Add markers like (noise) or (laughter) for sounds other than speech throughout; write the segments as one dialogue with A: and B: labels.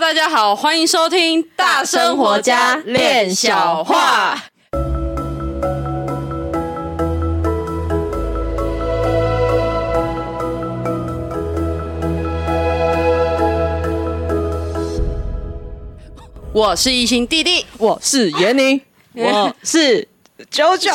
A: 大家好，欢迎收听《大生活家练小话》。我是一心弟弟，
B: 我是闫
A: (laughs)
B: 妮，我是九九。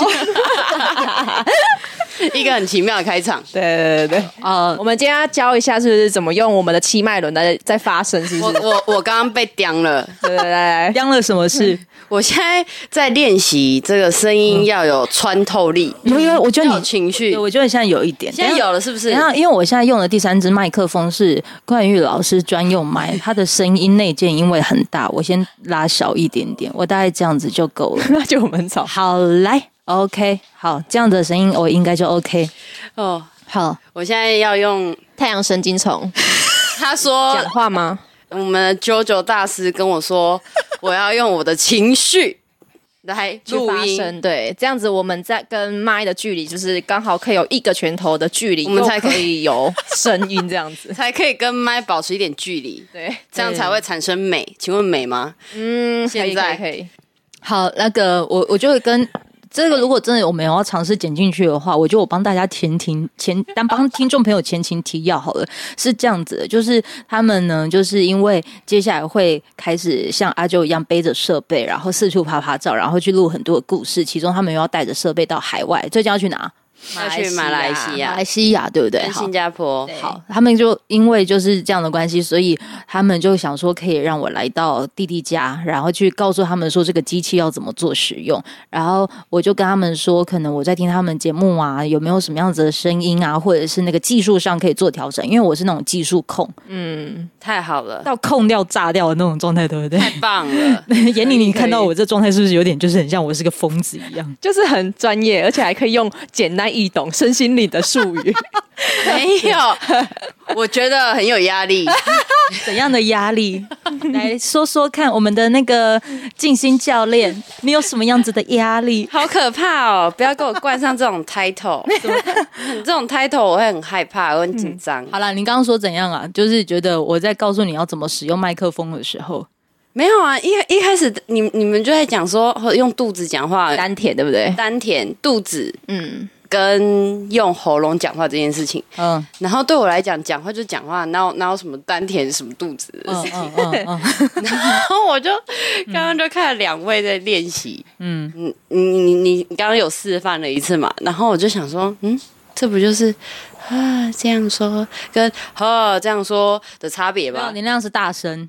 A: 一个很奇妙的开场。
B: 对对对对，
A: (laughs) 呃，
B: 我们今天要教一下，是不是怎么用我们的七脉轮来在发声？是
A: (laughs)
B: 不
A: 我
B: 是？
A: 我我刚刚被刁了，
B: 对对对，。
C: 央了什么事？
A: 我现在在练习这个声音要有穿透力，
C: 有有，我觉得
A: 要有
C: 你，
D: 嗯
A: 情绪
C: 对。我觉得现在有一点，
A: 现在有了是不是
C: 等一？下。然后，因为我现在用的第三支麦克风是冠玉老师专用麦，它的声音内建因为很大，我先拉小一点点，我大概这样子就够了
B: 那就我们
D: (laughs)
B: 吵。
C: 好，来，OK，好，这样的声音我应该就 OK。
A: 哦，
C: 好，
A: 我现在要用
B: 太阳神经虫
A: 他说
B: 讲话吗？
A: 我们的 JoJo 大师跟我说，我要用我的情绪 (laughs) 来录
D: 发
A: 音，
D: 声，对，这样子我们在跟麦的距离就是刚好可以有一个拳头的距离，
A: 我们才
D: 又
A: 可以
D: 可以有声音这样子。
A: 才可以跟麦保持一点距离，
D: 对，
A: 这样才会产生美。请问美吗？
D: 嗯，
A: 现在
D: 可以可以可以，
C: 好，那个我我就会跟。这个如果真的我们要尝试剪进去的话，我就我帮大家前庭前，但帮听众朋友前情提要好了，是这样子的，就是他们呢，就是因为接下来会开始像阿啾一样背着设备，然后四处爬爬照，然后去录很多的故事，其中他们又要带着设备到海外，最近要去哪？
A: 要去马来西
C: 马
A: 亚
C: 来、啊西亚，对不对？
A: 跟
C: 哎好
A: 新。加坡，
C: 好，他们就因为就是这样的关系，所以他们就想说可以让我来到弟弟家，然后去告诉他们说这个机器要怎么做使用。然后我就跟他们说，可能我在听他们节目啊，有没有什么样子的声音啊，或者是那个技术上可以做调整，因为我是那种技术控，
D: 嗯，
A: 太好了，
C: 到控掉炸掉的那种状态，对不 (laughs) 对？
A: 太棒了！
C: 眼里你看到
D: 可以
C: 我这状态是不是有点就是很像我是个疯子一样？
B: 就是很专业，而且还可以用简单易懂、身心灵的术语。
A: 没有，我觉得很有压
C: (laughs)
A: 力。
C: (laughs) 怎样的压力？ (laughs) 来说说看，我们的那个静心教练，你有什么样子的压力？
A: 好可怕哦！不要给我冠上这种
C: (laughs)
A: title，怎么这种 title 我会很害怕，我很紧张。
C: 好啦，你刚刚说怎样啊？就是觉得我在告诉你要怎么使用麦克风的时候，
A: 没有啊，一一开始你你们就在讲说哦用肚子讲话，
D: (laughs)
C: 嗯
D: 丹田对不对？
A: 丹田、肚子
D: 嗯，
A: 跟用喉咙讲话这件事情。
C: 嗯
A: 然后对我来讲，讲话就讲话，哪有哪有什么丹田什么肚子的
C: 嗯
A: 事情？
C: 嗯嗯嗯，
A: 然后我就刚刚就看了两位在练习，
C: 嗯
A: 嗯，你你你你刚刚有示范了一次嘛？然后我就想说，嗯，这不就是啊这样说跟啊这样说的差别
C: 没有，
A: 吗？
C: 你那样是大声，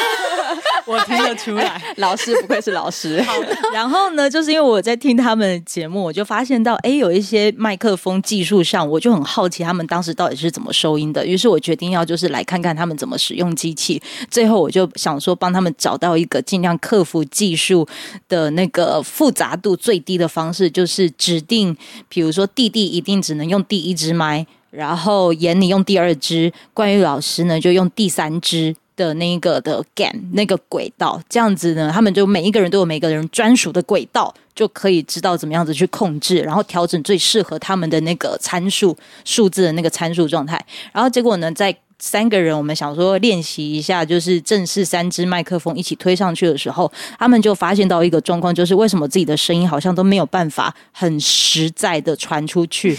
C: (laughs) 我听得出 (laughs) 来。
B: 老师不愧是老师，
C: 然后呢，就是因为我在听他们的节目，我就发现到，哎，有一些麦克风技术上，我就很好奇他们当时到底是怎么收音的。于是我决定要就是来看看他们怎么使用机器。最后我就想说，帮他们找到一个尽量克服技术的那个复杂度最低的方式，就是指定，比如说弟弟一定只能用第一支麦，然后眼里用第二支，冠宇老师呢就用第三支。的那个的 gam 那个轨道，这样子呢，他们就每一个人都有每个人专属的轨道，就可以知道怎么样子去控制，然后调整最适合他们的那个参数数字的那个参数状态。然后结果呢，在三个人我们想说练习一下，就是正式三支麦克风一起推上去的时候，他们就发现到一个状况，就是为什么自己的声音好像都没有办法很实在的传出去。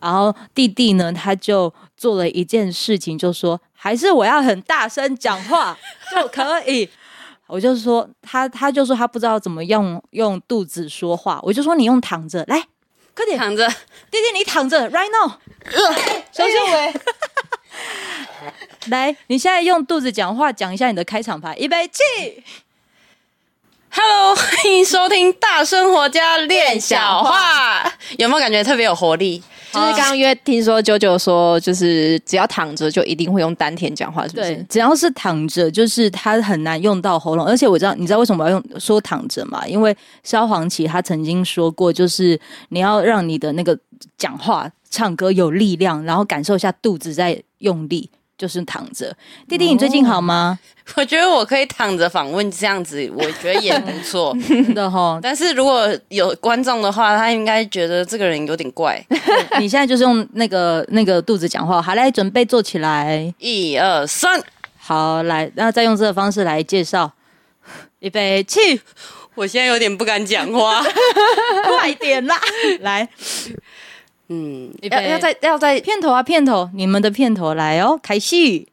C: 然后弟弟呢，他就做了一件事情，就说还是我要很大声讲话就可以。我就说他，他就说他不知道怎么用用肚子说话，我就说你用躺着来，快点，
A: 躺着
C: 弟弟，你躺着，right now，小心我。 (laughs) 来，你现在用肚子讲话，讲一下你的开场白，预备起。
A: ，Hello，欢迎收听《大生活家练小话》， (laughs) 有没有感觉特别有活力？
D: (laughs) 就是刚刚因为听说九九说，就是只要躺着就一定会用丹田讲话，是不
C: 对
D: 是？，
C: 只要是躺着，就是它很难用到喉咙，而且我知道，你知道为什么我要用说躺着嘛？因为萧煌奇他曾经说过，就是你要让你的那个讲话、唱歌有力量，然后感受一下肚子在用力，就是躺着。弟弟，你最近好吗？
A: 我觉得我可以躺着访问这样子，我觉得也不
C: (laughs)
A: 错。
C: 真的哦哈，
A: 但是如果有观众的话，他应该觉得这个人有点怪。
C: 你现在就是用那个那个肚子讲话。好嘞，准备坐起来。
A: 一二三，
C: 好，来，那再用这个方式来介绍。预备起，
A: 我现在有点不敢讲话。
C: 快点啦！ (laughs) 来，
A: (laughs) 嗯，
C: 预
A: 要
C: 备
A: 要再要再
C: 片头啊，片头，你们的片头来哦，开戏。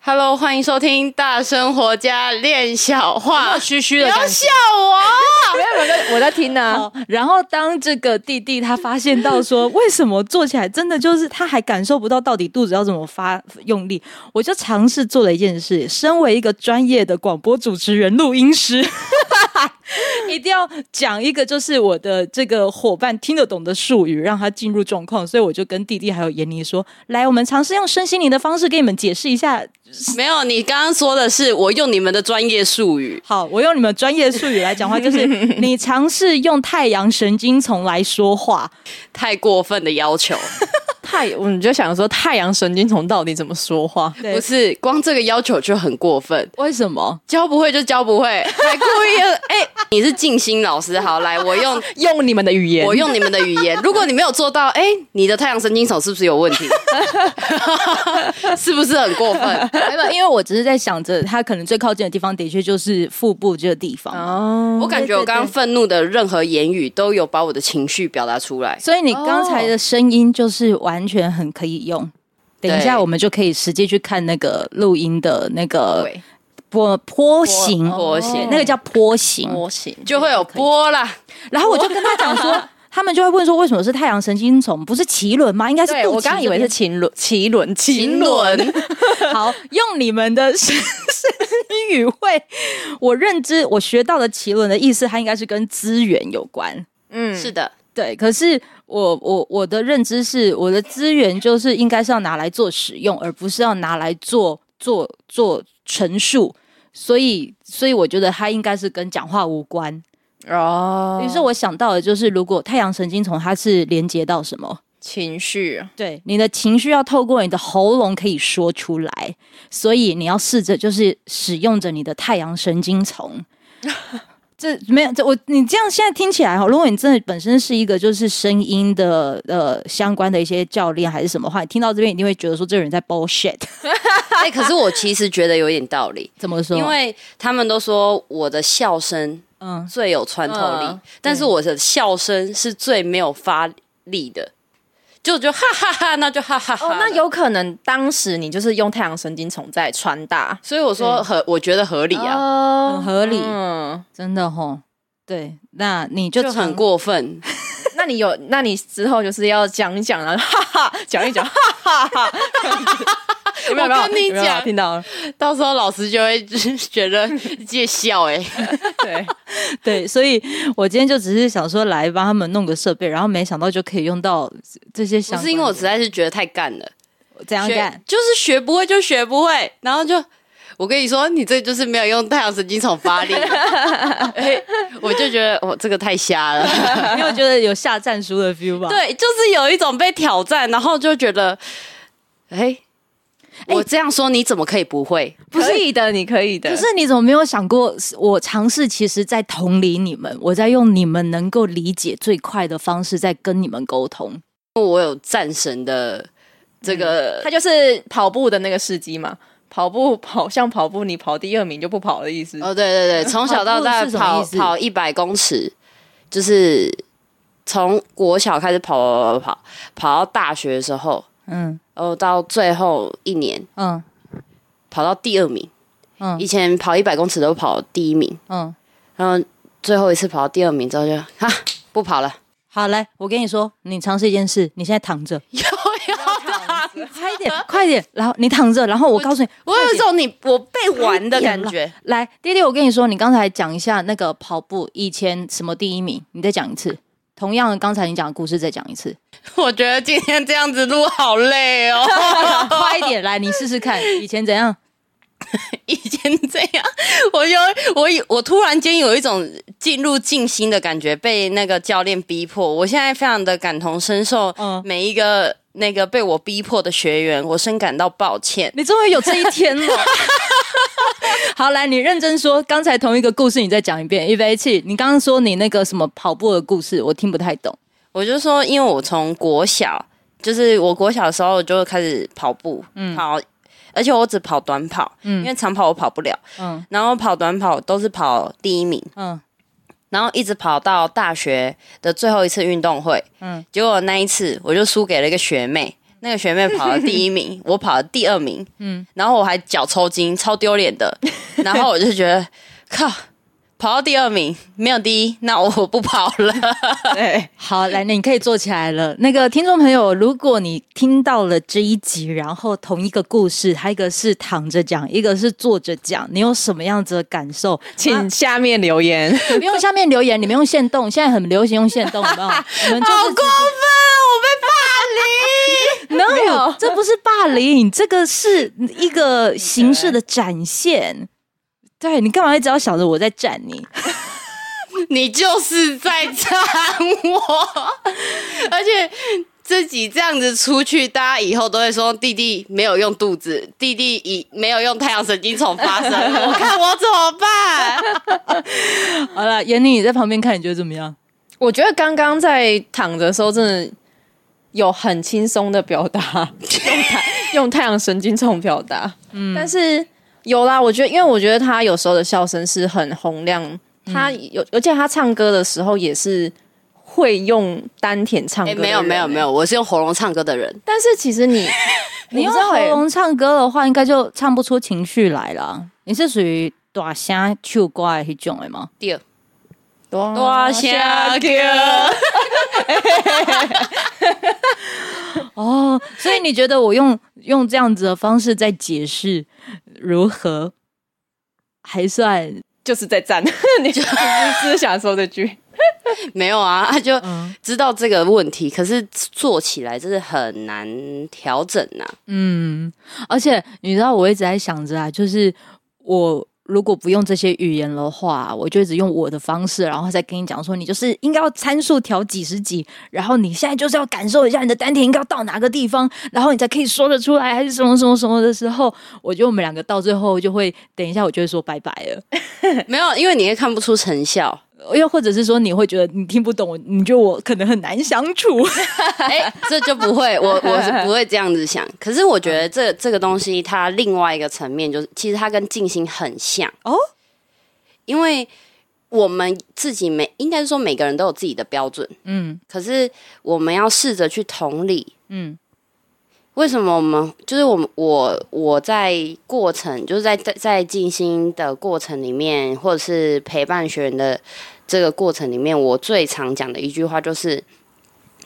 A: ，Hello，欢迎收听《大生活家练小话》。
C: 虚虚
A: 不
C: 的
A: 要笑我！
D: 我在听啊呢、
C: 好，然后当这个弟弟他发现到说，为什么做起来真的就是他还感受不到到底肚子要怎么发用力，我就尝试做了一件事。身为一个专业的广播主持人、录音师，一定要讲一个就是我的这个伙伴听得懂的术语，让他进入状况。所以我就跟弟弟还有闫妮说：“来，我们尝试用身心灵的方式给你们解释一下。
A: (laughs) 没有，你刚刚说的是我用你们的专业术语。
C: 好，我用你们专业术语来讲话，就是
D: (laughs)
C: 你尝试用太阳神经丛来说话。”
A: 太过分的要求，
D: 太，我们就想说太阳神经虫到底怎么说话？
C: 对
A: 不是光这个要求就很过分，
C: 为什么？
A: 教不会就教不 (laughs) 会，还故意要哎、你是静心老师，好来，我 (laughs) 用
D: 用你们的语言，
A: 我用你们的语言，如果你没有做到，哎、你的太阳神经丛是不是有问 (laughs) 题？是不是很过分？
C: 没有，因为我只是在想着他可能最靠近的地方，的确就是腹部这个地方。
D: 哦，
A: 我感觉我刚刚愤怒的任何言语都有把我的情绪表达出来。
C: 所以你刚才的声音就是完全很可以
D: 哦
C: 用。等一下，
A: 对
C: 我们就可以直接去看那个录音的那个
A: 呃
D: 对，
C: 波波形，
A: 波形
C: 对那个叫波形。
D: 模型
A: 就会有波啦，
C: 然后我就跟他讲
D: (laughs)
C: 说，他们就会问说，为什么是太阳神经丛，不是脐轮吗？应该是
D: 对
C: 肚脐
D: 我刚刚以为是奇轮，奇轮，奇
A: 行轮，
C: (laughs) 这边好，用你们的神神经语汇，我认知我学到的脐轮的意思，它应该是跟资源有关。
D: 嗯，
A: (laughs) 是
D: (laughs)
A: 的，
C: 对，可是我我我的认知是，我的资源就是应该是要拿来做使用，而不是要拿来做做做陈述。所以，所以我觉得它应该是跟讲话无关。
D: 哦，
C: 于是我想到的就是，如果太阳神经丛它是连接到什么？
D: 情绪，
C: 对，你的情绪要透过你的喉咙可以说出来，所以你要试着就是使用着你的太阳神
A: (laughs)
C: 经丛。这没有这我你这样现在听起来哈，如果你真的本身是一个就是声音的呃相关的一些教练还是什么话，你听到这边一定会觉得说这个人在
A: (laughs)
C: bullshit。
A: 哎、可是我其实觉得有点道理，
C: 怎么
D: 哦
C: 说？
A: 因为他们都说我的笑声
C: 嗯，
A: 最有穿透力，
D: 嗯
A: 但是我的笑声是最没有发力的，就就哈哈哈，那就哈哈哈
D: 哦
A: 了。，
D: 那有可能当时你就是用太阳神经丛在传达，
A: 所以我说合，我觉得合理啊，
D: 嗯哦
C: 很合理
D: 嗯，
C: 真的吼。对，那你就
A: 就很
C: 尝
A: 过分。
D: 那你有，那你之后就是要讲一讲然后哈哈，讲一 (laughs) 讲，哈哈哈。有没有？有没有
A: 我跟你
D: 有没有
A: 讲
D: 听到了？
A: (laughs) 到时候老师就会 (laughs) 觉得借笑哎、
D: 对，
C: 对，所以我今天就只是想说来帮他们弄个设备，然后没想到就可以用到这些
A: 不
C: 相关的。
A: 是因为我实在是觉得太干了，
C: 怎样
A: 学
C: 干？
A: 就是学不会就学不会，然后就。我跟你说，你这就是没有用太阳神经丛发力， (laughs) 哎我就觉得我、这个太瞎了。
C: 你有觉得有下战书的 feel (laughs) 吧？，
A: (laughs) 对，就是有一种被挑战，然后就觉得，哎、我这样说你怎么可以不会？
D: 不是你的，你可以的。
C: 可是你怎么没有想过，我尝试其实在同理你们，我在用你们能够理解最快的方式在跟你们沟通。
A: 我有战神的这个，
D: 他就是跑步的那个司机嘛，跑步跑像跑步，你跑第二名就不跑的意思。
A: 哦，对对对，从小到大
C: 跑步是什么
A: 跑
C: 意思
A: 跑一百公尺，就是从国小开始跑跑跑跑跑跑到大学的时候，
C: 嗯
A: 哦，到最后一年
C: 嗯
A: 跑到第二名。
C: 嗯
A: 以前跑一百公尺都跑第一名，
C: 嗯，
A: 然后最后一次跑到第二名之后就哈不跑 (laughs) 了，
C: 好，来，我跟你说，你尝试一件事，你现在躺着， (laughs) 快点 (laughs) 快点，然后你躺着，然后我告诉你，
A: 我有一种你我被玩的感觉。
C: 来，弟弟，我跟你说，你刚才讲一下那个跑步以前什么第一名，你再讲一次。同样的，刚才你讲的故事再讲一次，
A: 我觉得今天这样子录好累哦。 (laughs)
C: 快一点来，你试试看，以前怎样？
A: 以前这样，我有我以我突然间有一种进入静心的感觉，被那个教练逼迫。我现在非常的感同身受
C: 嗯，
A: 每一个那个被我逼迫的学员，我深感到抱歉。
C: 你终于有这一天了。好，来，你认真说，刚才同一个故事，你再讲一遍。预备起，你刚刚说你那个什么跑步的故事，我听不太懂。
A: 我就说，因为我从国小，就是我国小的时候就开始跑步，嗯，跑嗯而且我只跑短跑，因为长跑我跑不了，
C: 嗯
A: 然后跑短跑都是跑第一名，
C: 嗯，
A: 然后一直跑到大学的最后一次运动会，
C: 嗯
A: 嗯，结果那一次我就输给了一个学妹，那个学妹跑了第一名，我跑了第二名，嗯，然后我还脚抽筋，超丢脸的，然后我就觉得靠，跑到第二名没有第一，那我不跑了，
C: 对，好，来，那你可以坐起来了。那个听众朋友，如果你听到了这一集，然后同一个故事，它一个是躺着讲，一个是坐着讲，你有什么样子的感受？
B: 请下面留言。
C: 你们用下面留言，你们用线动，现在很流行用线动，好不 (laughs) 好？你们就是直接 No，这不是霸凌，这个是一个形式的展现。对你干嘛一直要想着我在站你？
A: (laughs) 你就是在赞我，而且。自己这样子出去，大家以后都会说弟弟没有用肚子，弟弟以没有用太阳神经丛发声。我看我怎么办？
C: 好了，妍妮，你在旁边看，你觉得怎么样？
D: 我觉得刚刚在躺着的时候，真的有很轻松的表达，用太 (laughs) 用太阳神经这种表达。嗯，但是有啦，我觉得，因为我觉得他有时候的笑声是很洪亮，他有，而且他唱歌的时候也是会用丹田唱歌、
A: 哎、没有没有没
D: 有，
A: 有，我是用喉咙唱歌的人。
D: 但是其
A: (laughs)
D: 实你我
C: 你用
D: 不知道
C: 喉
D: 欸
C: 咙唱歌的话，应该就唱不出情绪来了。你是属于大声唱歌的那种的吗？
A: 第二，
D: 多
A: 下歌，
C: 哦，所以你觉得我用用这样子的方式在解释如何，还算
D: 就是在站， (laughs) 你就是是想说这句。
A: 没有啊， (laughs) 他就
C: 嗯
A: 知道这个问题，可是做起来真的很难调整啊呐、
C: 嗯，而且你知道，我一直在想着啊，就是我如果不用这些语言的话，我就一直用我的方式，然后再跟你讲说，你就是应该要参数调几十几，然后你现在就是要感受一下你的丹田应该要到哪个地方，然后你才可以说得出来，还是什么什么什么的时候，我觉得我们两个到最后就会，等一下我就会说拜拜了， (laughs)
A: 没有，因为你也看不出成效。
C: 又或者是说你会觉得你听不懂我，你觉得我可能很难相处。
A: 哎、
C: (laughs)
A: 这就不会，我我是不会这样子想。可是我觉得这这个东西，它另外一个层面就是，其实它跟静心很像
C: 哦
A: 哦，因为我们自己每应该是说每个人都有自己的标准，
C: 嗯
A: 可是我们要试着去同理，
C: 嗯
A: 为什么我们就是我们我我在过程就是在在在静心的过程里面，或者是陪伴学员的这个过程里面，我最常讲的一句话就是：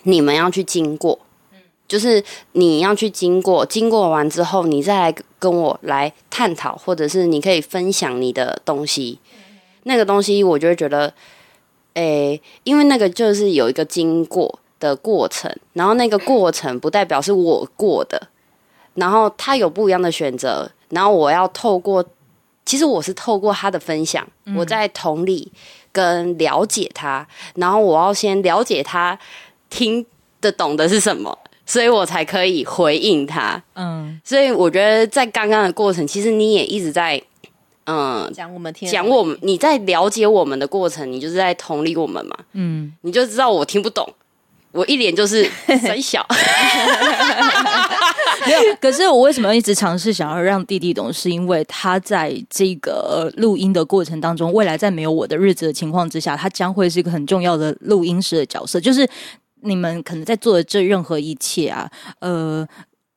A: 你们要去经过，就是你要去经过，经过完之后，你再来跟我来探讨，或者是你可以分享你的东西。那个东西，我就会觉得，诶、因为那个就是有一个经过的过程，然后那个过程不代表是我过的，然后他有不一样的选择，然后我要透过，其实我是透过他的分享，我在同理跟了解他，然后我要先了解他听得懂的是什么，所以我才可以回应他。
C: 嗯，
A: 所以我觉得在刚刚的过程，其实你也一直在，嗯、
D: 讲我们天
A: 讲我们你在了解我们的过程，你就是在同理我们嘛，
C: 嗯
A: 嗯，你就知道我听不懂，我一脸就是 (laughs) 很小，
C: 没有，可是我为什么一直尝试想要让弟弟懂，是因为他在这个录音的过程当中，未来在没有我的日子的情况之下，他将会是一个很重要的录音师的角色，就是你们可能在做的这任何一切啊，呃。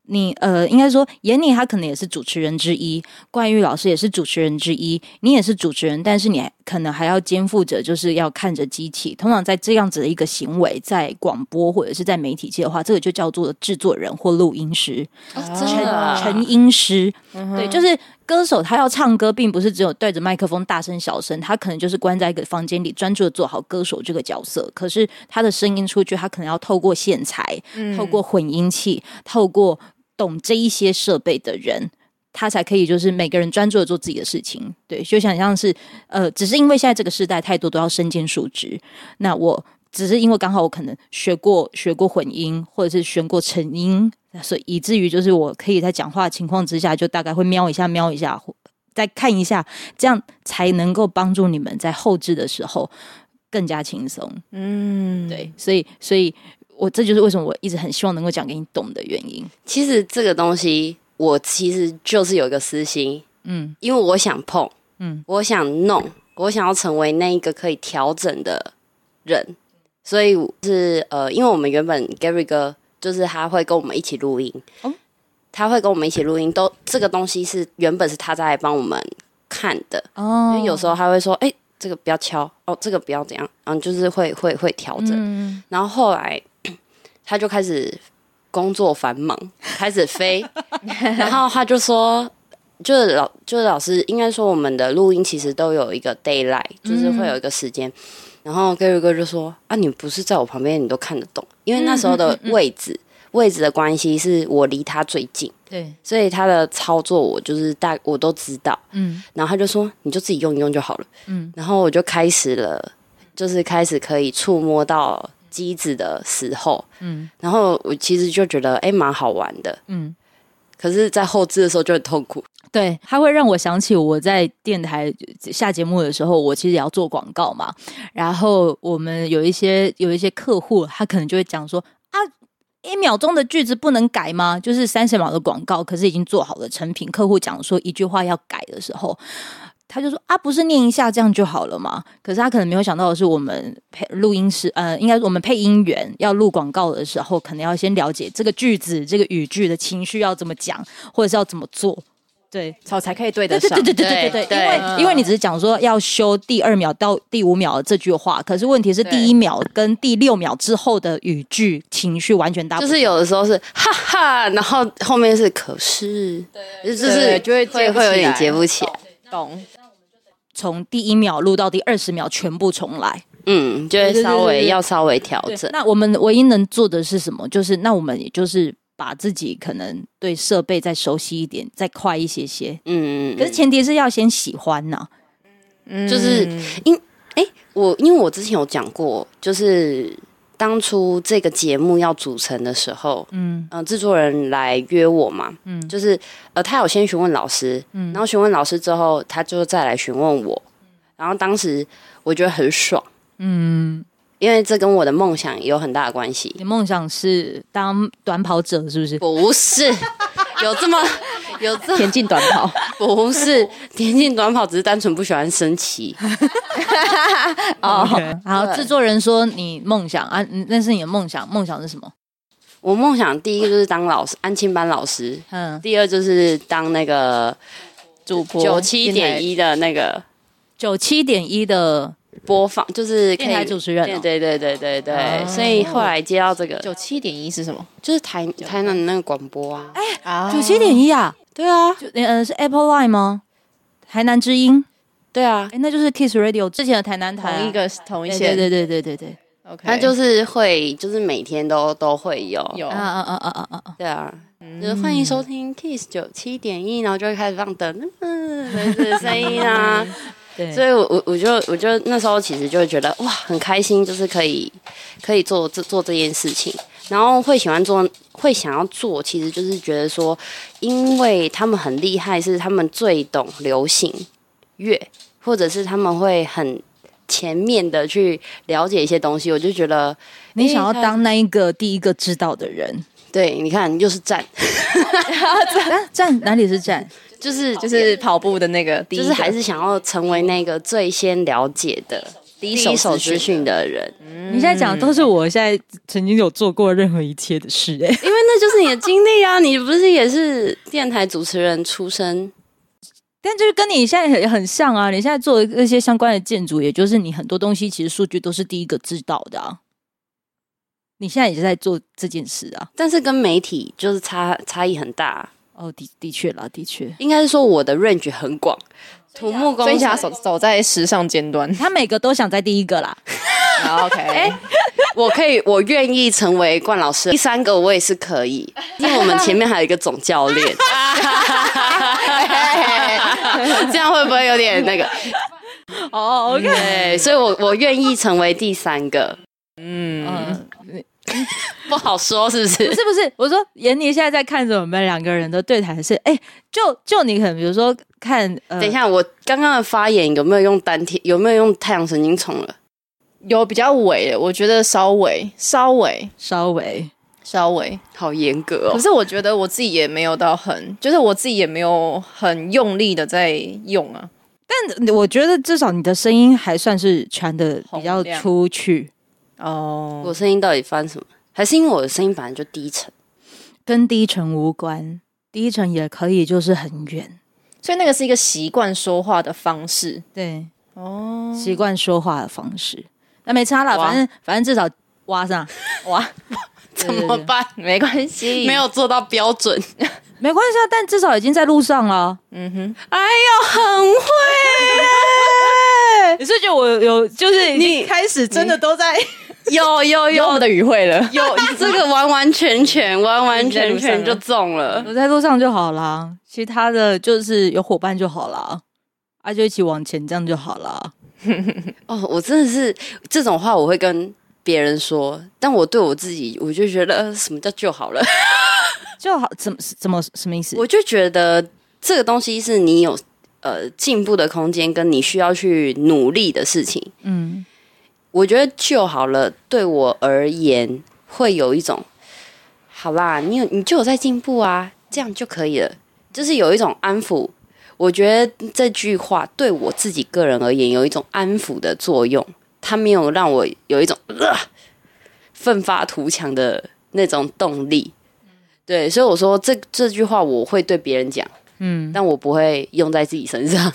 C: 你呃，应该说，闫妮她可能也是主持人之一，冠玉老师也是主持人之一，你也是主持人，但是你可能还要肩负着，就是要看着机器。通常在这样子的一个行为，在广播或者是在媒体界的话，这个就叫做制作人或录音师。
A: 真的啊
C: 成音师，
A: 嗯
C: 对，就是歌手他要唱歌，并不是只有对着麦克风大声小声，他可能就是关在一个房间里，专注的做好歌手这个角色。可是他的声音出去，他可能要透过线材，
D: 嗯
C: 透过混音器，透过懂这一些设备的人。他才可以，就是每个人专注的做自己的事情，对，就想像是，呃，只是因为现在这个时代太多都要身兼数职，那我只是因为刚好我可能学过学过混音，或者是学过成音，所以以至于就是我可以在讲话的情况之下，就大概会瞄一下瞄一下，或再看一下，这样才能够帮助你们在后置的时候更加轻松。
D: 嗯，
C: 对，所以所以我这就是为什么我一直很希望能够讲给你懂的原因。
A: 其实这个东西我其实就是有一个私心，
C: 嗯，
A: 因为我想碰，
C: 嗯
A: 嗯，我想弄，我想要成为那一个可以调整的人，所以是呃，因为我们原本 Gary 哥就是他会跟我们一起录音，
C: 哦
A: 他会跟我们一起录音，都这个东西是原本是他在帮我们看的，因
C: 哦
A: 为有时候他会说，哎、这个不要敲，哦，这个不要怎样，嗯，就是会会会调整，
C: 嗯，
A: 然后后来他就开始工作繁忙，开始
C: (laughs)
A: 飞，然后他就说，就是老就是老师应该说我们的录音其实都有一个 d a y l i g h t 就是会
C: 嗯
A: 有一个时间。然后 Gary 哥就说：“啊，你不是在我旁边，你都看得懂，因为那时候
C: 嗯
A: 的位置、位置的关系，是我离他最近，
C: 对，
A: 所以他的操作我就是大我都知道。
C: 嗯
A: 然后他就说你就自己用一用就好了。
C: 嗯
A: 嗯，然后我就开始了，就是开始可以触摸到机子的时候，
C: 嗯
A: 然后我其实就觉得哎蛮好玩的，
C: 嗯，
A: 可是，在后置的时候就很痛苦。
C: 对，它会让我想起我在电台下节目的时候，我其实也要做广告嘛。然后我们有一些有一些客户，他可能就会讲说啊。一秒钟的句子不能改吗？就是三十秒的广告，可是已经做好了成品，客户讲说一句话要改的时候，他就说啊，不是念一下这样就好了嘛？可是他可能没有想到的是，我们配录音师，呃，应该我们配音员要录广告的时候，可能要先了解这个句子、这个语句的情绪要怎么讲，或者是要怎么做。对，
D: 草才可以对
C: 对
D: 得
C: 对
D: 上。嗯
C: 对对对对对对，因为、因为你只是讲说要修第二秒到第五秒这句话，可是问题是
D: 对
C: 第一秒跟第六秒之后的语句情绪完全搭不
A: 就
C: 上，
A: 是有的时候是哈哈，然后后面是可是，对，就是
D: 对就会接
A: 会
D: 不
A: 会有
D: 起
A: 点
D: 来
A: 接不起来，
D: 懂，
C: 从第一秒录到第二十秒全部重来。
A: 嗯，就
C: 对
A: 会
C: 对对
A: 稍
C: 对
A: 微
C: 对
A: 要稍微调
C: 对
A: 整。
C: 那我们唯一能做的是什么？就是那我们也就是把自己可能对设备再熟悉一点，再快一些些。
A: 嗯，嗯嗯
C: 可是前提是要先喜欢呐、
D: 嗯
A: 就是我因为我之前有讲过，就是当初这个节目要组成的时候，
C: 嗯
A: 嗯、制作人来约我嘛，
C: 嗯
A: 嗯，就是呃，他有先询问老师，
C: 嗯
A: 嗯，然后询问老师之后，他就再来询问我，然后当时我觉得很爽，
C: 嗯，
A: 因为这跟我的梦想有很大的关系，
C: 你梦想是当短跑者是不是？
A: 不是 (laughs) 有这么 (laughs) 有这
D: 田径短跑，
A: 不是田径短跑，只是单纯不喜欢升旗，
C: 哦 (laughs) 好，
A: 对
C: 制作人说你梦想啊，嗯那是你的梦想，梦想是什么？
A: 我梦想第一个就是当老师，安亲班老师，
C: 嗯，
A: 第二就是当那个。
D: 主播
A: 九七点一的那个
C: 九七点一的
A: 播放，就是可
C: 电台
A: 以
C: 主持人、哦，
A: 对对对对对对，
C: 哦
A: 所以后来接到这个，
D: 九七点一是什么
A: 就是台台南的那个广播啊，
D: 啊
C: 九七点一啊，
A: 对啊，
C: 哎就呃是 Apple Line 吗？台南之音，
A: 对啊，
C: 哎，那就是 Kiss Radio 之前的台南台
D: 嗯
C: 啊、
D: 同一个同一
C: 对，
D: 线，
C: 对对对对对对，
D: OK，
A: 那就是会，就是每天都都会有，
D: 有
C: 啊啊啊啊啊啊啊！
A: 对啊。就是欢迎收听 Kiss 九七点一，然后就会开始放噔噔的声音啊，
C: 嗯对，
A: 所以我我我就我就那时候其实就会觉得哇很开心，就是可以可以做这做这件事情，然后会喜欢做会想要做，其实就是觉得说，因为他们很厉害，是他们最懂流行乐，或者是他们会很前面的去了解一些东西，我就觉得
C: 你想要当那一个第一个知道的
D: (laughs)
C: 人，
A: 对，你看又是站，
C: 啊站哪里是站？
A: (laughs) 就是
D: 就
A: 就是
D: 是跑步的那个第一
A: 就
D: 个，
A: 是还是想要成为那个最先了解的第
D: 一手
A: 一手
D: 资讯
A: 资讯的人，
D: 嗯
C: 你现在讲的都是我现在曾经有做过任何一切的事、哎，
A: 因为那就是你的经历啊，你不是也是电台主持人出身？
C: 但就是跟你现在很很像啊！你现在做的那些相关的建筑，也就是你很多东西其实数据都是第一个知道的啊。你现在也是在做这件事啊？
A: 但是跟媒体就是差差异很大，
C: 哦，的的确啦，的确，
A: 应该是说我的 range 很广，土木工
D: 所以想要
A: 程
D: 走走在时尚
A: (laughs)
D: 尖端。
C: 他每个都想在第一个啦。
D: 好 OK，哎、
A: 我可以，我愿意成为冠老师。第三个我也是可 (laughs) 以，因为我们前面还有一个总教练， (laughs) 这样会不会有点那个？
C: (laughs) 哦，OK，
A: 对，所以我我愿意成为第三个，
D: 嗯，
C: 嗯，
A: 不好说是不
C: 不
A: 是？
C: 是不是，我说闫妮现在在看着我们两个人的对谈是，哎、就就你可能比如说看，
A: 嗯
C: 呃、
A: 等一，下，我刚刚的发言有没有用丹田？有没有用太阳神经丛了？
D: 有比较尾的，我觉得稍微稍微
C: 稍微
D: 稍微。
A: 好严格
D: 可
A: 哦。
D: 是我觉得我自己也没有到很，就是我自己也没有很用力的在用啊。
C: 但我觉得至少你的声音还算是传的比较
D: 洪亮
C: 出去，
D: 哦，
A: 我声音到底翻什么？还是因为我的声音本来就低沉？
C: 跟低沉无关，低沉也可以就是很远，
D: 所以那个是一个习惯说话的方式。
C: 对，
D: 哦，
C: 习惯说话的方式。那没差啦，
A: 哇
C: 反正反正至少挖上 (laughs)
D: 哇，
A: 怎么办？
D: (laughs) 没关系，
A: 没有做到标准，
C: 没关系啊，但至少已经在路上了。
A: 哎呦，很会，
C: 你是觉得我有就是
A: 你
C: 开始真的都在
A: 有有 (laughs)
D: (laughs) 有我
A: 有
D: 们的语汇了。
A: 有，这个完完全全完完全全就中了。
C: 我在路上就好啦，其他的就是有伙伴就好啦，啊，就一起往前这样就好啦。
A: 哦，我真的是这种话我会跟别人说，但我对我自己，我就觉得呃什么叫就好了，
C: 就好，怎么怎么什么意思？
A: 我就觉得这个东西是你有呃进步的空间，跟你需要去努力的事情。
C: 嗯，
A: 我觉得就好了，对我而言会有一种，好啦，你有你就有在进步啊，这样就可以了，就是有一种安抚。我觉得这句话对我自己个人而言有一种安抚的作用，它没有让我有一种、呃、奋发图强的那种动力。对，所以我说这这句话我会对别人讲，嗯，但我不会用在自己身上。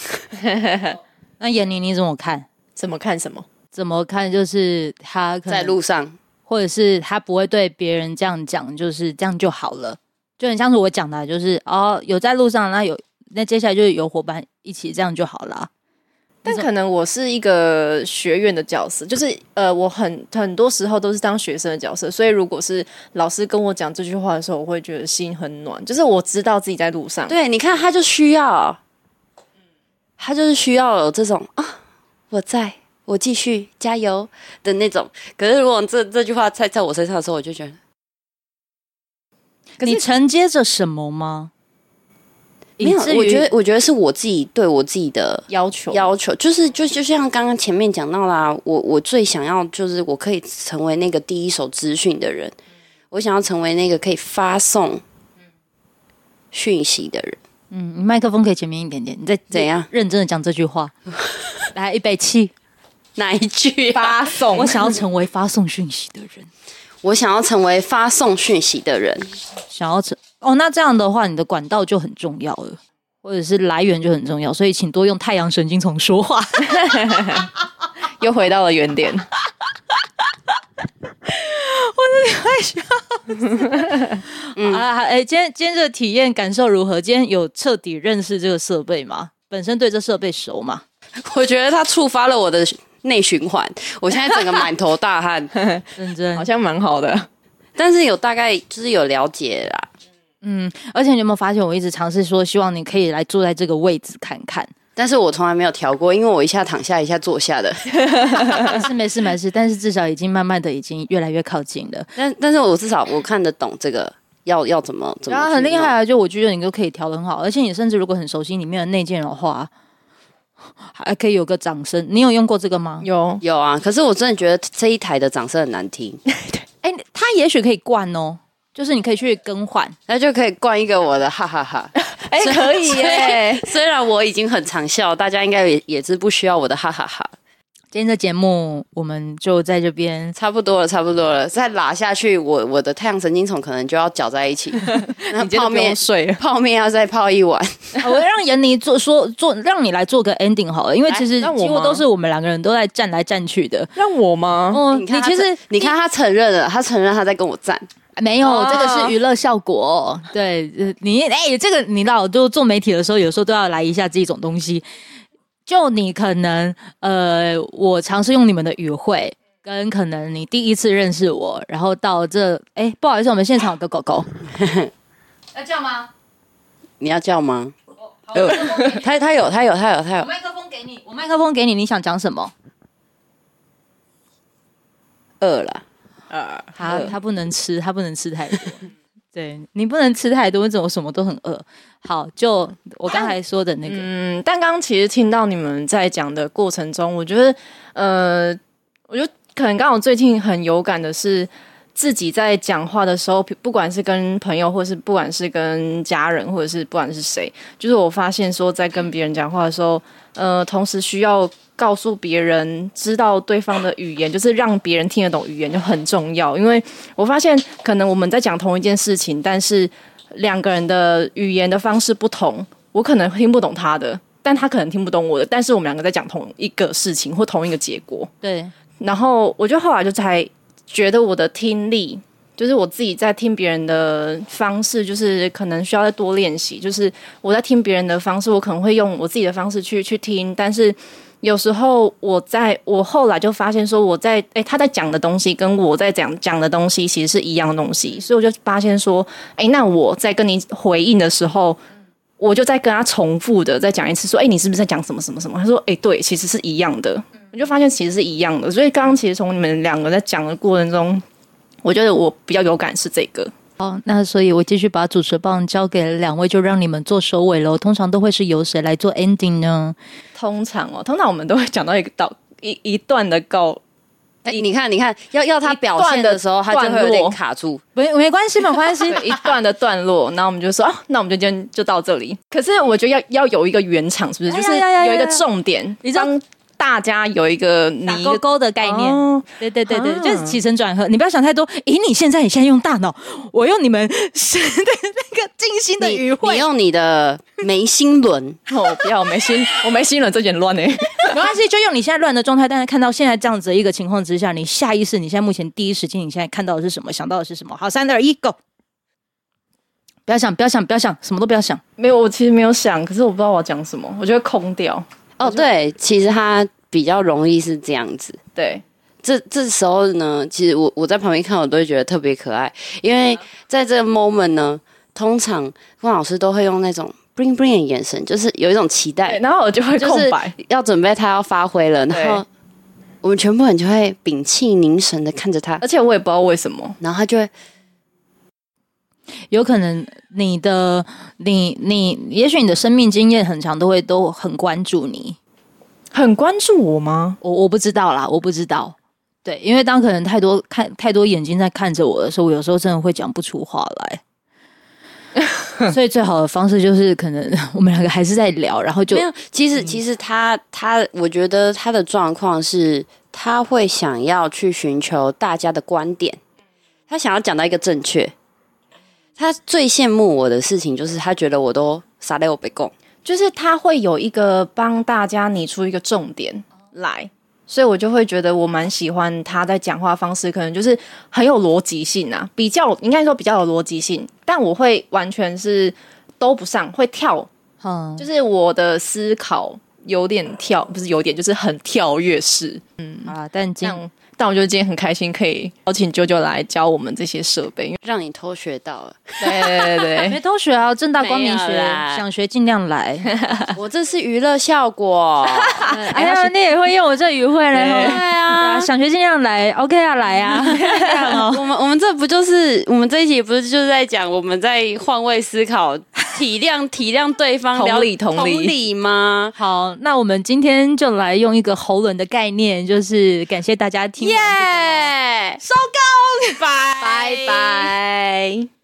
C: 那闫妮你怎么看？
D: 怎么看什么？
C: 怎么看？就是他可能
A: 在，路上，
C: 或者是他不会对别人这样讲，就是这样就好了，就很像是我讲的啊，就是哦，有在路上，那有那接下来就是有伙伴一起这样就好啊啦。
D: 但可能我是一个学院的角色，就是呃，我很很多时候都是当学生的角色，所以如果是老师跟我讲这句话的时候，我会觉得心很暖，就是我知道自己在路上。
A: 对，你看他就需要，他就是需要有这种啊，我在我继续加油的那种。可是如果这这句话在在我身上的时候，我就觉得
D: 可
C: 你
D: 是
C: 承接着什么吗？
A: 没有
C: 以至。于
A: 我觉得，我觉得是我自己对我自己的
D: 要求
A: 要求，就是就就像刚刚前面讲到啦，我我最想要就是我可以成为那个第一手资讯的人，我想要成为那个可以发送讯息的人。
C: 嗯，你麦克风可以前面一点点，你再
A: 怎样
C: 认真的讲这句话？来一杯气，
A: (laughs) 哪一句、啊？
D: 发送
C: 我想要成为发送讯息的人，
A: 我想要成为发送讯息的人。
C: 想要成哦，那这样的话，你的管道就很重要了，或者是来源就很重要，所以请多用太阳神经丛说话。
D: 又回到了原点。
C: 啊，哎，今天今天这个体验感受如何？今天有彻底认识这个设备吗？本身对这设备熟吗？
A: (laughs) 我觉得它触发了我的内循环，我现在整个满头大汗， (laughs)
C: 认
D: (laughs)
C: 真
D: 好，像蛮好的。
A: 但是有大概就是有了解啦。
C: 嗯，而且你有没有发现，我一直尝试说，希望你可以来坐在这个位置看看。
A: 但是我从来没有调过，因为我一下躺下，一下坐下的。 (laughs)
C: 没事没事没事，但是至少已经慢慢的已经越来越靠近了。
A: 但但是我至少我看得懂这个要要怎么怎么
C: 然
A: 去弄，
C: 后很厉害啊！就我觉得你都可以调得很好，而且你甚至如果很熟悉里面的内建的话，还可以有个掌声。你有用过这个吗？
D: (laughs) 有
A: 有啊，可是我真的觉得这一台的掌声很难听，
C: 哎，它也许可以灌哦，就是你可以去更换。
A: 那就可以灌一个我的哈哈哈
D: 哎、可 (laughs) 以耶！
A: 虽然我已经很常笑，大家应该也也是不需要我的哈哈哈。
C: 今天的节目我们就在这边，
A: 差不多了，差不多了，再拉下去，我我的太阳神经丛可能就要搅在一起。那
D: 你今天
A: 泡
D: 不用
A: 面
D: 睡了，
A: 泡面要再泡一碗。
C: 啊 (laughs) 我让严妮做说做，让你来做个 ending 好了，因为其实
D: 来那我
C: 几乎
D: 吗
C: 都是我们两个人都在站来站去的。
D: 让我吗？
C: 哦，
A: 你看他
C: 其实
A: 承你看他承认了，他承认他在跟我战，
C: 没有，
D: 哦
C: 这个是娱乐效果、对，呃你哎、这个你老就做媒体的时候，有时候都要来一下这种东西。就你可能呃，我尝试用你们的语汇，跟可能你第一次认识我，然后到这哎、不好意思，我们现场有个狗狗，要叫吗？
A: 你要叫吗？呃他他有他有他有他有，
C: 麦克风给你，我麦克风给你，你想讲什么？
A: 饿了。
D: 呃，
C: 他他不能吃，他不能吃 (laughs) 太多。对你不能吃太多，你怎么什么都很饿？好，就我刚才说的那个，
D: 嗯，但刚刚其实听到你们在讲的过程中，我觉得，呃，我觉得可能刚好最近很有感的是，自己在讲话的时候，不管是跟朋友，或是不管是跟家人，或者是不管是谁，就是我发现说，在跟别人讲话的时候，呃，同时需要告诉别人知道对方的语言，就是让别人听得懂语言就很重要。因为我发现，可能我们在讲同一件事情，但是两个人的语言的方式不同，我可能听不懂他的，但他可能听不懂我的，但是我们两个在讲同一个事情或同一个结果。
C: 对，
D: 然后我就后来就才觉得我的听力，就是我自己在听别人的方式，就是可能需要再多练习。就是我在听别人的方式，我可能会用我自己的方式去去听，但是有时候我在我后来就发现说，我在诶他在讲的东西跟我在讲讲的东西其实是一样的东西，所以我就发现说，诶，那我在跟你回应的时候。我就在跟他重复的再讲一次，说：“诶，哎你是不是在讲什么什么什么？”他说：“诶，对，其实是一样的。”我就发现其实是一样的。所以刚刚其实从你们两个在讲的过程中，我觉得我比较有感是这个。
C: 好，那所以我继续把主持棒交给两位，就让你们做收尾喽。通常都会是由谁来做 ending 呢？
D: 通常哦，通常我们都会讲到一个 (laughs) 到一一段的告，
A: 哎、你看，你看，要要他表现的时候，他就会有点卡住。
C: 没没关系，没关系。
D: (laughs) 对一段的段落，然后我们就说：“哦，那我们就今天就到这里。”可是我觉得要要有一个圆场，是不是？
C: 哎
D: 就
C: 呀
D: 是
C: 呀呀呀
D: 有一个重点，
C: 你知道
D: 让大家有一个
C: 打
D: 你
C: 勾勾的概念，
D: 哦
C: 对对对对，
D: 啊
C: 就是起承转合，你不要想太多。以你现在，你现在用大脑，我用你们是的那个静心的
A: 你
C: 语
A: 你
C: 汇，
A: 用你的眉心
C: (laughs)
A: 轮，
D: 哦，我不要，我没心，我没心了，这点乱哎、
C: 没关系，就用你现在乱的状态。但是看到现在这样子的一个情况之下，你下意识，你现在目前第一时间，你现在看到的是什么，想到的是什么？好，三二一，Go！不要想，不要想，不要想，什么都不要想。
D: 没有，我其实没有想，可是我不知道我要讲什么，我就会空掉。
A: 哦，对，其实他比较容易是这样子。
D: 对，
A: 这这时候呢，其实我我在旁边看，我都会觉得特别可爱，因为
C: 啊
A: 在这个 moment 呢，通常关老师都会用那种 bling bling 的眼神，就是有一种期
D: 对
A: 待，
D: 哎然后我就会
A: 就
D: 空
A: 是
D: 白。
A: 要准备他要发挥了，然后我们全部人就会屏气凝神的看着他
D: 而，且我也不知道为什么，
A: 然后他就会
C: 有可能你的你你，也许你的生命经验很长，都会都很关注你。
D: 很关注我吗？
C: 我我不知道啦，我不知道。对，因为当可能太多看太多眼睛在看着我的时候，我有时候真的会讲不出话 (laughs) 来。所以最好的方式就是，可能我们两个还是在聊，然后就
A: 没有。其
D: 嗯
A: 实其实他他，我觉得他的状况是，他会想要去寻求大家的观点，他想要讲到一个正确。他最羡慕我的事情就是，他觉得我都撒在我被供。
D: 就是他会有一个帮大家拟出一个重点来，所以我就会觉得我蛮喜欢他在讲话方式，可能就是很有逻辑性啊，比较应该说比较有逻辑性，但我会完全是都不上，会跳
C: 嗯，
D: 就是我的思考有点跳，不是有点，就是很跳跃式。
A: 嗯
C: 好啦。啊但
D: 这
C: 今
D: 样，但我觉得今天很开心，可以邀请啾啾来教我们这些设备。因为
A: 让你偷学到了，
D: 对对对
C: 没同学啊，正大光明
A: 没
C: 学，
A: 有啦
C: 想学尽
A: (laughs)
C: 量来。
A: 我这是娱乐效
D: (laughs)
A: 果。
C: 哎呀，你也会用我这语汇嘞？
A: 对
C: 吼对啊
A: 啊，
C: 想学尽量来，OK 啊，来
A: (laughs)
C: 啊，这样哦。
A: 我们我们这不就是我们这一集不是就是在讲我们在换位思考，体谅体谅对方，
D: 同
A: 了
D: 理同
A: 同
D: 理
A: 理吗？
C: 好，那我们今天就来用一个喉轮的概念，就是感谢大家听完这个
A: 耶！收工，拜
D: 拜。拜。